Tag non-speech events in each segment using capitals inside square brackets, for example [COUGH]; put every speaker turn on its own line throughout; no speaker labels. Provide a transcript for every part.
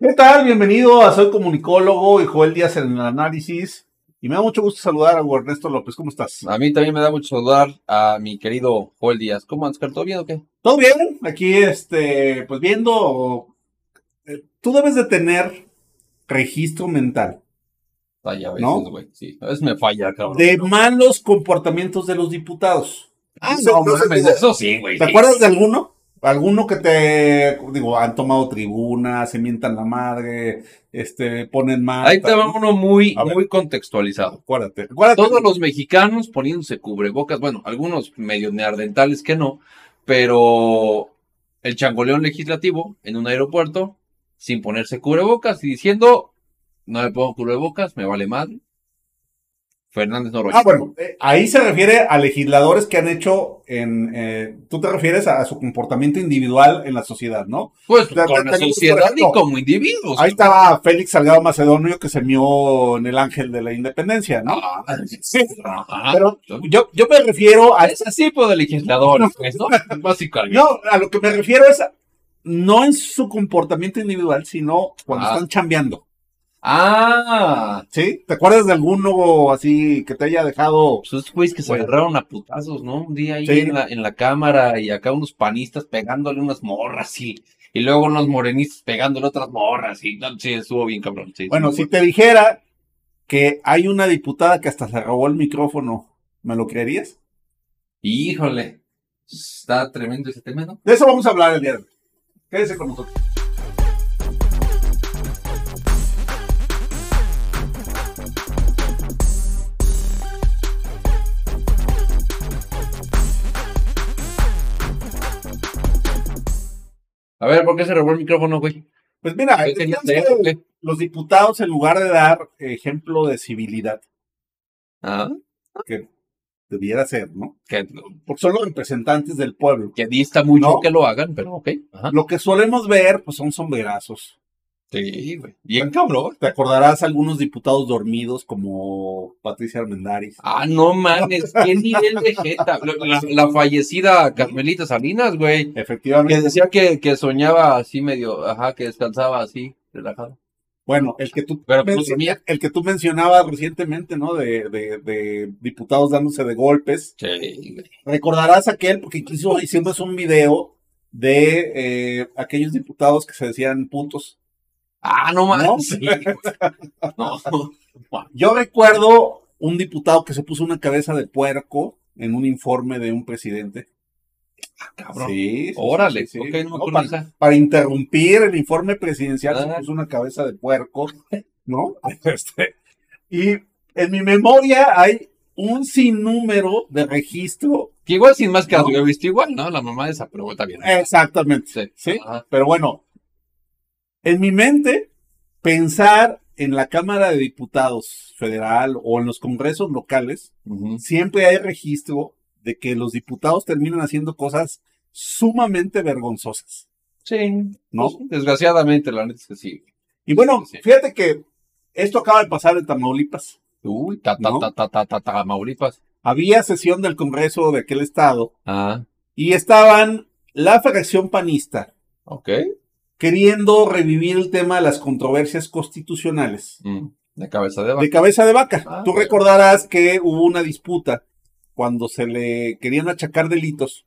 ¿Qué tal? Bienvenido a Soy Comunicólogo y Joel Díaz en el análisis. Y me da mucho gusto saludar a Hugo Ernesto López. ¿Cómo estás?
A mí también me da mucho saludar a mi querido Joel Díaz. ¿Cómo andas, Oscar? ¿Todo bien o qué?
¿Todo bien? Aquí, este, pues viendo. eh, Tú debes de tener registro mental
Falla a veces,
¿No?
güey. Sí, a veces me falla, cabrón.
de malos comportamientos de los diputados.
Ah,
Eso-
no,
eso-
mames, eso sí, güey.
¿Te acuerdas de alguno? Alguno que te, digo, han tomado tribuna, se mientan la madre, este, ponen mal.
Ahí te va uno muy,
A ver. Ah,
muy contextualizado.
Acuérdate, acuérdate.
Todos los mexicanos poniéndose cubrebocas, bueno, algunos medio neardentales que no, pero el changoleón legislativo en un aeropuerto sin ponerse cubrebocas y diciendo, no me pongo cubrebocas, me vale madre. Fernández Noroña.
Ah, bueno, eh, ahí se refiere a legisladores que han hecho en. eh, tú te refieres a, a su comportamiento individual en la sociedad, ¿no?
Pues
Ya,
con
ya
la
tenemos,
sociedad
por
y
ejemplo,
como individuos.
Ahí
cabrón.
estaba Félix Salgado Macedonio que se mió en el ángel de la independencia, ¿no?
Ah,
Sí.
Ajá.
Pero Ah, yo, yo me refiero a.
es así tipo de legisladores,
[LAUGHS]
pues, ¿no? Básicamente.
No, a lo que me refiero es. a- no en su comportamiento individual, sino cuando
Ah.
están chambeando.
Ah,
¿Sí? ¿Te acuerdas de alguno así que te haya dejado?
pues esos güeyes que se
Bueno.
agarraron a putazos, ¿no? Un día ahí
Sí.
en, la, en la cámara y acá unos panistas pegándole unas morras y, y luego unos morenistas pegándole otras morras y no, sí, estuvo bien cabrón. sí,
Bueno,
sí,
si te dijera que hay una diputada que hasta se robó el micrófono, ¿me lo creerías?
Híjole, está tremendo ese tema, ¿no?
De eso vamos a hablar el día de hoy. Quédense con nosotros.
A ver, ¿por qué se robó el micrófono, güey?
Pues mira,
¿Qué
el
tenía
tema es
de él,
que
güey?
los diputados, en lugar de dar ejemplo de civilidad,
Ah,
debiera ser, ¿no?
que,
Porque son los representantes del pueblo.
que dista mucho
No.
que lo hagan, pero ok. Ajá.
Lo que solemos ver, pues son sombrerazos.
Sí, güey. Bien cabrón.
Te acordarás algunos diputados dormidos como Patricia Armendáriz.
Ah, no mames, qué nivel de jeta. La, la- la fallecida Carmelita Salinas, güey. Que
Efectivamente.
decía que, que soñaba así medio, ajá, que descansaba así, relajado.
Bueno, el que tú,
Pero, pues,
mencio-
dormía.
el que tú mencionabas recientemente, ¿no? De, de- de diputados dándose de golpes.
Sí, güey.
Recordarás aquel, porque incluso hicimos un video de eh, aquellos diputados que se decían puntos.
Ah, no
¿No?
mames. sí, güey. No,
Yo recuerdo un diputado que se puso una cabeza de puerco en un informe de un presidente.
cabrón.
Sí, sí,
Órale,
sí, sí.
ok, no me
No,
acuerdo
para,
esa.
para interrumpir el informe presidencial se
Ah.
puso una cabeza de puerco, ¿no? [LAUGHS] Este, y en mi memoria hay un sinnúmero de registro.
Que igual sin máscara
¿No?
yo he visto igual, ¿no? La mamá de esa, pero está bien.
Exactamente.
Sí.
Sí.
Ajá.
Pero bueno, en mi mente, pensar en la Cámara de Diputados Federal o en los congresos locales,
Ujú.
siempre hay registro de que los diputados terminan haciendo cosas sumamente vergonzosas,
Sí.
¿no?
Pues, desgraciadamente, la neta es que sí.
Y bueno,
Sí, sí.
fíjate que esto acaba de pasar en Tamaulipas.
Uy, ta, ta,
¿No?
ta, ta, ta, ta, ta, Maulipas.
Había sesión del Congreso de aquel estado
Ah,
y estaban la fracción panista
ok.
queriendo revivir el tema de las controversias constitucionales
Mm, De cabeza de vaca.
de cabeza de vaca.
Ah,
Tú
bueno.
recordarás que hubo una disputa cuando se le querían achacar delitos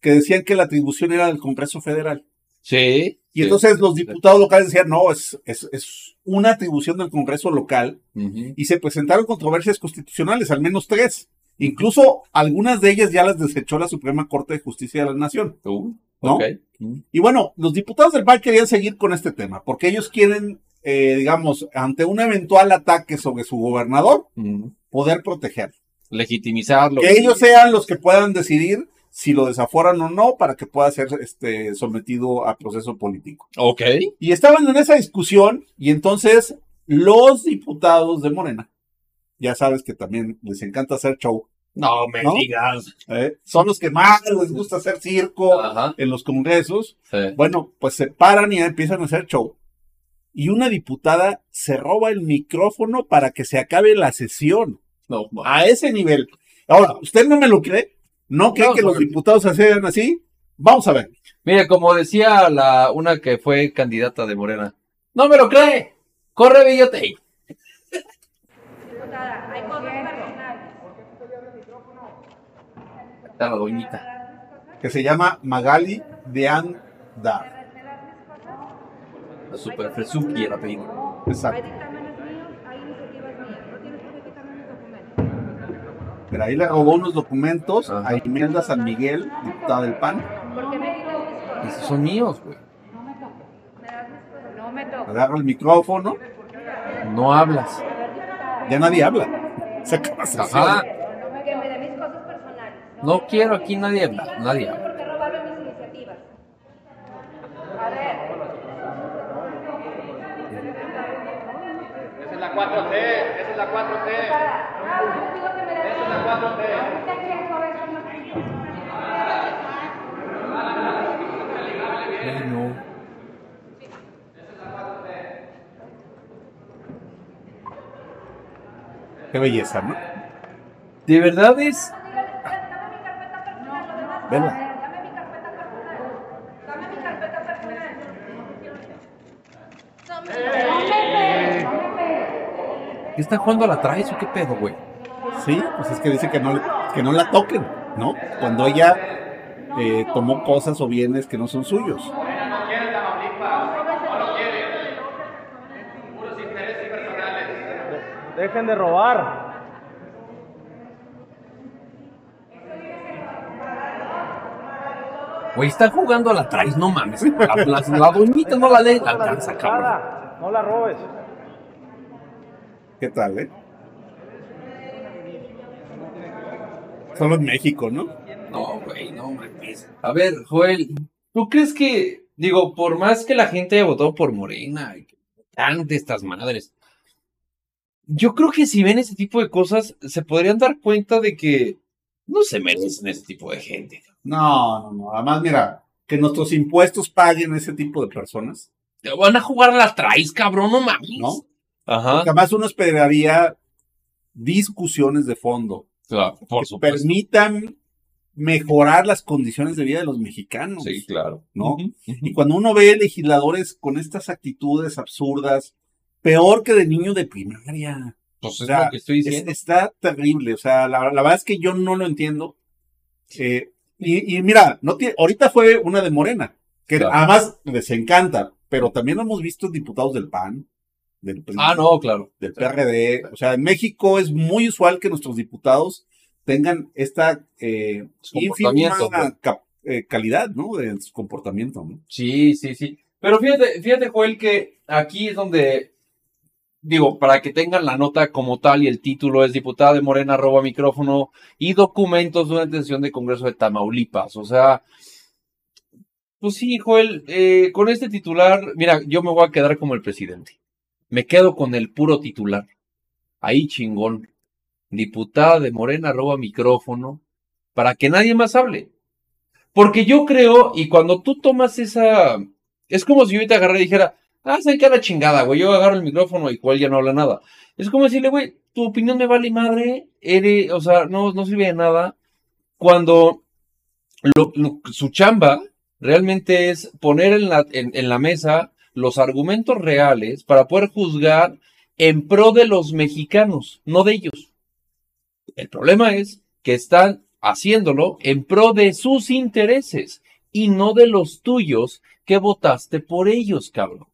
que decían que la atribución era del Congreso Federal.
Sí.
Y
sí.
entonces los diputados locales decían, no, es, es, es una atribución del Congreso local
Ujú.
y se presentaron controversias constitucionales, al menos tres. Incluso algunas de ellas ya las desechó la Suprema Corte de Justicia de la Nación.
Tú,
¿No?
ok. Mm.
Y bueno, los diputados del PAN querían seguir con este tema, porque ellos quieren, eh, digamos, ante un eventual ataque sobre su gobernador,
Mm.
poder proteger.
Legitimizarlo.
Que ellos sean los que puedan decidir si lo desaforan o no para que pueda ser este, sometido a proceso político.
Ok.
Y estaban en esa discusión y entonces los diputados de Morena, ya sabes que también les encanta hacer show,
No me
¿No?
digas.
¿eh? son los que más les gusta hacer circo
Ajá.
en los congresos.
Sí.
Bueno, pues se paran y empiezan a hacer show. Y una diputada se roba el micrófono para que se acabe la sesión.
No, ma-
A ese nivel. Ahora, ¿usted no me lo cree? ¿No cree
No,
que
no.
los diputados hacían así? Vamos a ver.
Mire, como decía la una que fue candidata de Morena, No me lo cree. Corre billete.
Diputada, hay cosas personales.
Está la doñita.
que se llama Magali de Andar.
La super fresuki el apellido.
Hay
Exacto.
dictámenes míos, hay iniciativas mías. No tienes por qué quitarme mis documentos.
Pero ahí le robó unos documentos
Ajá.
a Imelda San Miguel, diputada del PAN.
¿Por qué me quitas mis cosas?
Esos son míos, güey.
No me toques. ¿Me das mis cosas? No me toques.
Agarra el micrófono,
No hablas.
ya nadie habla. [LAUGHS] Se acaba la
Ajá.
sesión.
Que me dé mis cosas personales.
No quiero aquí nadie hablar. Nadie
No
habla.
por qué robarme mis iniciativas. A ver,
Esa es la 4T, esa es la 4T.
ah, yo les digo que me des.
Esa es la 4T.
Ahorita que corres con-
Ay, no.
Qué belleza, ¿no?
De verdad es.
Dame mi carpeta personal, lo demás.
Vela.
Dame mi carpeta personal. Dame mi carpeta personal. No me pegues. No me pegues. No me pegues.
¿Qué están jugando a la traes o qué pedo, güey?
Sí, pues es que dice que no, que no la toquen, ¿no? Cuando ella eh, tomó cosas o bienes que no son suyos.
Dejen de robar.
Güey, están jugando a la traes, no mames. La, la, la doñita no la lee, la alcanza, cabrón.
Nada, No la robes.
¿Qué tal, eh? Solo en México, ¿no?
No, güey, no mames. A ver, Joel, ¿tú crees que, digo, por más que la gente haya votado por Morena, y que tan de estas madres, yo creo que si ven ese tipo de cosas, se podrían dar cuenta de que no se merecen ese tipo de gente.
No, no, no. Además, mira, que nuestros impuestos paguen ese tipo de personas,
Te van a jugar a la traes, cabrón, no mames.
¿no?
Ajá.
Porque además uno esperaría discusiones de fondo
Claro, por
que
supuesto.
permitan mejorar las condiciones de vida de los mexicanos.
Sí, claro.
¿No?
Ujú,
Y
ujú.
cuando uno ve legisladores con estas actitudes absurdas, peor que de niño de primaria,
Pues es
o sea,
lo que estoy
es-
diciendo.
está terrible. O sea, la, la verdad es que yo no lo entiendo. Eh, y, y mira, no tiene- ahorita fue una de Morena, que
Claro.
además les encanta, pero también hemos visto diputados del PAN, del PRI,
Ah, no, claro.
del PRD. O sea, en México es muy usual que nuestros diputados tengan esta eh,
Su
ínfima
comportamiento, güey.
cap- eh, calidad, ¿no? De su comportamiento, ¿no?
Sí, sí, sí. Pero fíjate, fíjate, Joel, que aquí es donde, digo, para que tengan la nota como tal y el título es diputada de Morena roba micrófono y documentos de una intención de Congreso de Tamaulipas. O sea, pues sí, Joel, eh, con este titular, mira, yo me voy a quedar como el presidente. Me quedo con el puro titular. Ahí chingón. Diputada de Morena roba micrófono para que nadie más hable. Porque yo creo, y cuando tú tomas esa. Es como si yo te agarré y dijera, ah, se qué a la chingada, güey. Yo agarro el micrófono y cual ya no habla nada. Es como decirle, güey, tu opinión me vale madre, eres, o sea, no, no sirve de nada. Cuando lo- lo- su chamba realmente es poner en la, en- en la mesa los argumentos reales para poder juzgar en pro de los mexicanos, no de ellos. El problema es que están haciéndolo en pro de sus intereses y no de los tuyos que votaste por ellos, cabrón.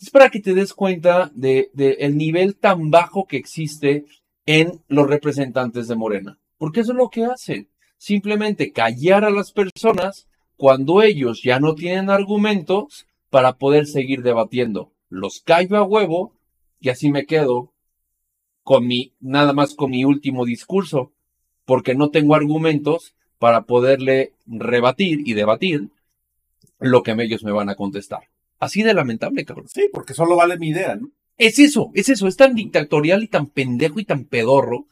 Es para que te des cuenta de, de el nivel tan bajo que existe en los representantes de Morena. Porque eso es lo que hacen. Simplemente callar a las personas cuando ellos ya no tienen argumentos para poder seguir debatiendo. Los callo a huevo y así me quedo con mi, nada más con mi último discurso, porque no tengo argumentos para poderle rebatir y debatir lo que ellos me van a contestar. Así de lamentable, cabrón.
Sí, porque solo vale mi idea, ¿no?
Es eso, es eso, es tan dictatorial y tan pendejo y tan pedorro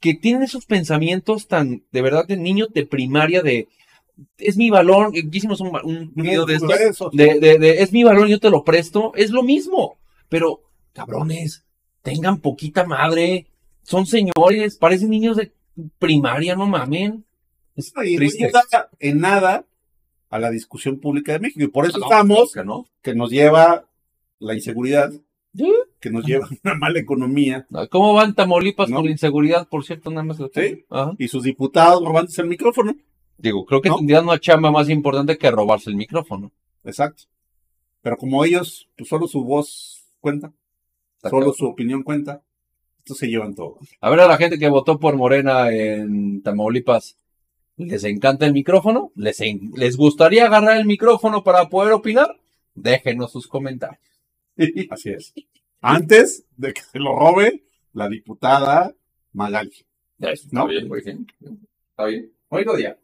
que tienen esos pensamientos tan, de verdad, de niño de primaria de, es mi balón, eh, hicimos un, un video de estos,
pues, Eso.
de, de- de, es mi balón, yo te lo presto, es lo mismo. Pero, cabrones, tengan poquita madre. Son señores, parecen niños de primaria, no mamen. Es
Y no
triste.
ayuda en nada a la discusión pública de México. Y por eso
No,
estamos,
nunca, ¿no?
que nos lleva la inseguridad
Sí.
que nos lleva [LAUGHS] a una mala economía
Ah, ¿Cómo van Tamaulipas
No.
con la inseguridad, por cierto? Nada más. lo-
Sí.
Ajá.
y sus diputados robándose el micrófono.
Digo, creo que
No.
tendrían una chamba más importante que robarse el micrófono.
Exacto. Pero como ellos, pues solo su voz cuenta, solo su opinión cuenta, esto se llevan todo. [LAUGHS]
A ver a la gente que votó por Morena en Tamaulipas. ¿Les encanta el micrófono? ¿Les, en- ¿Les gustaría agarrar el micrófono para poder opinar? Déjenos sus comentarios.
Así es. Antes de que se lo robe la diputada Magali.
Ya, Está
¿No?
bien, güey, sí. Está bien. Bonito día.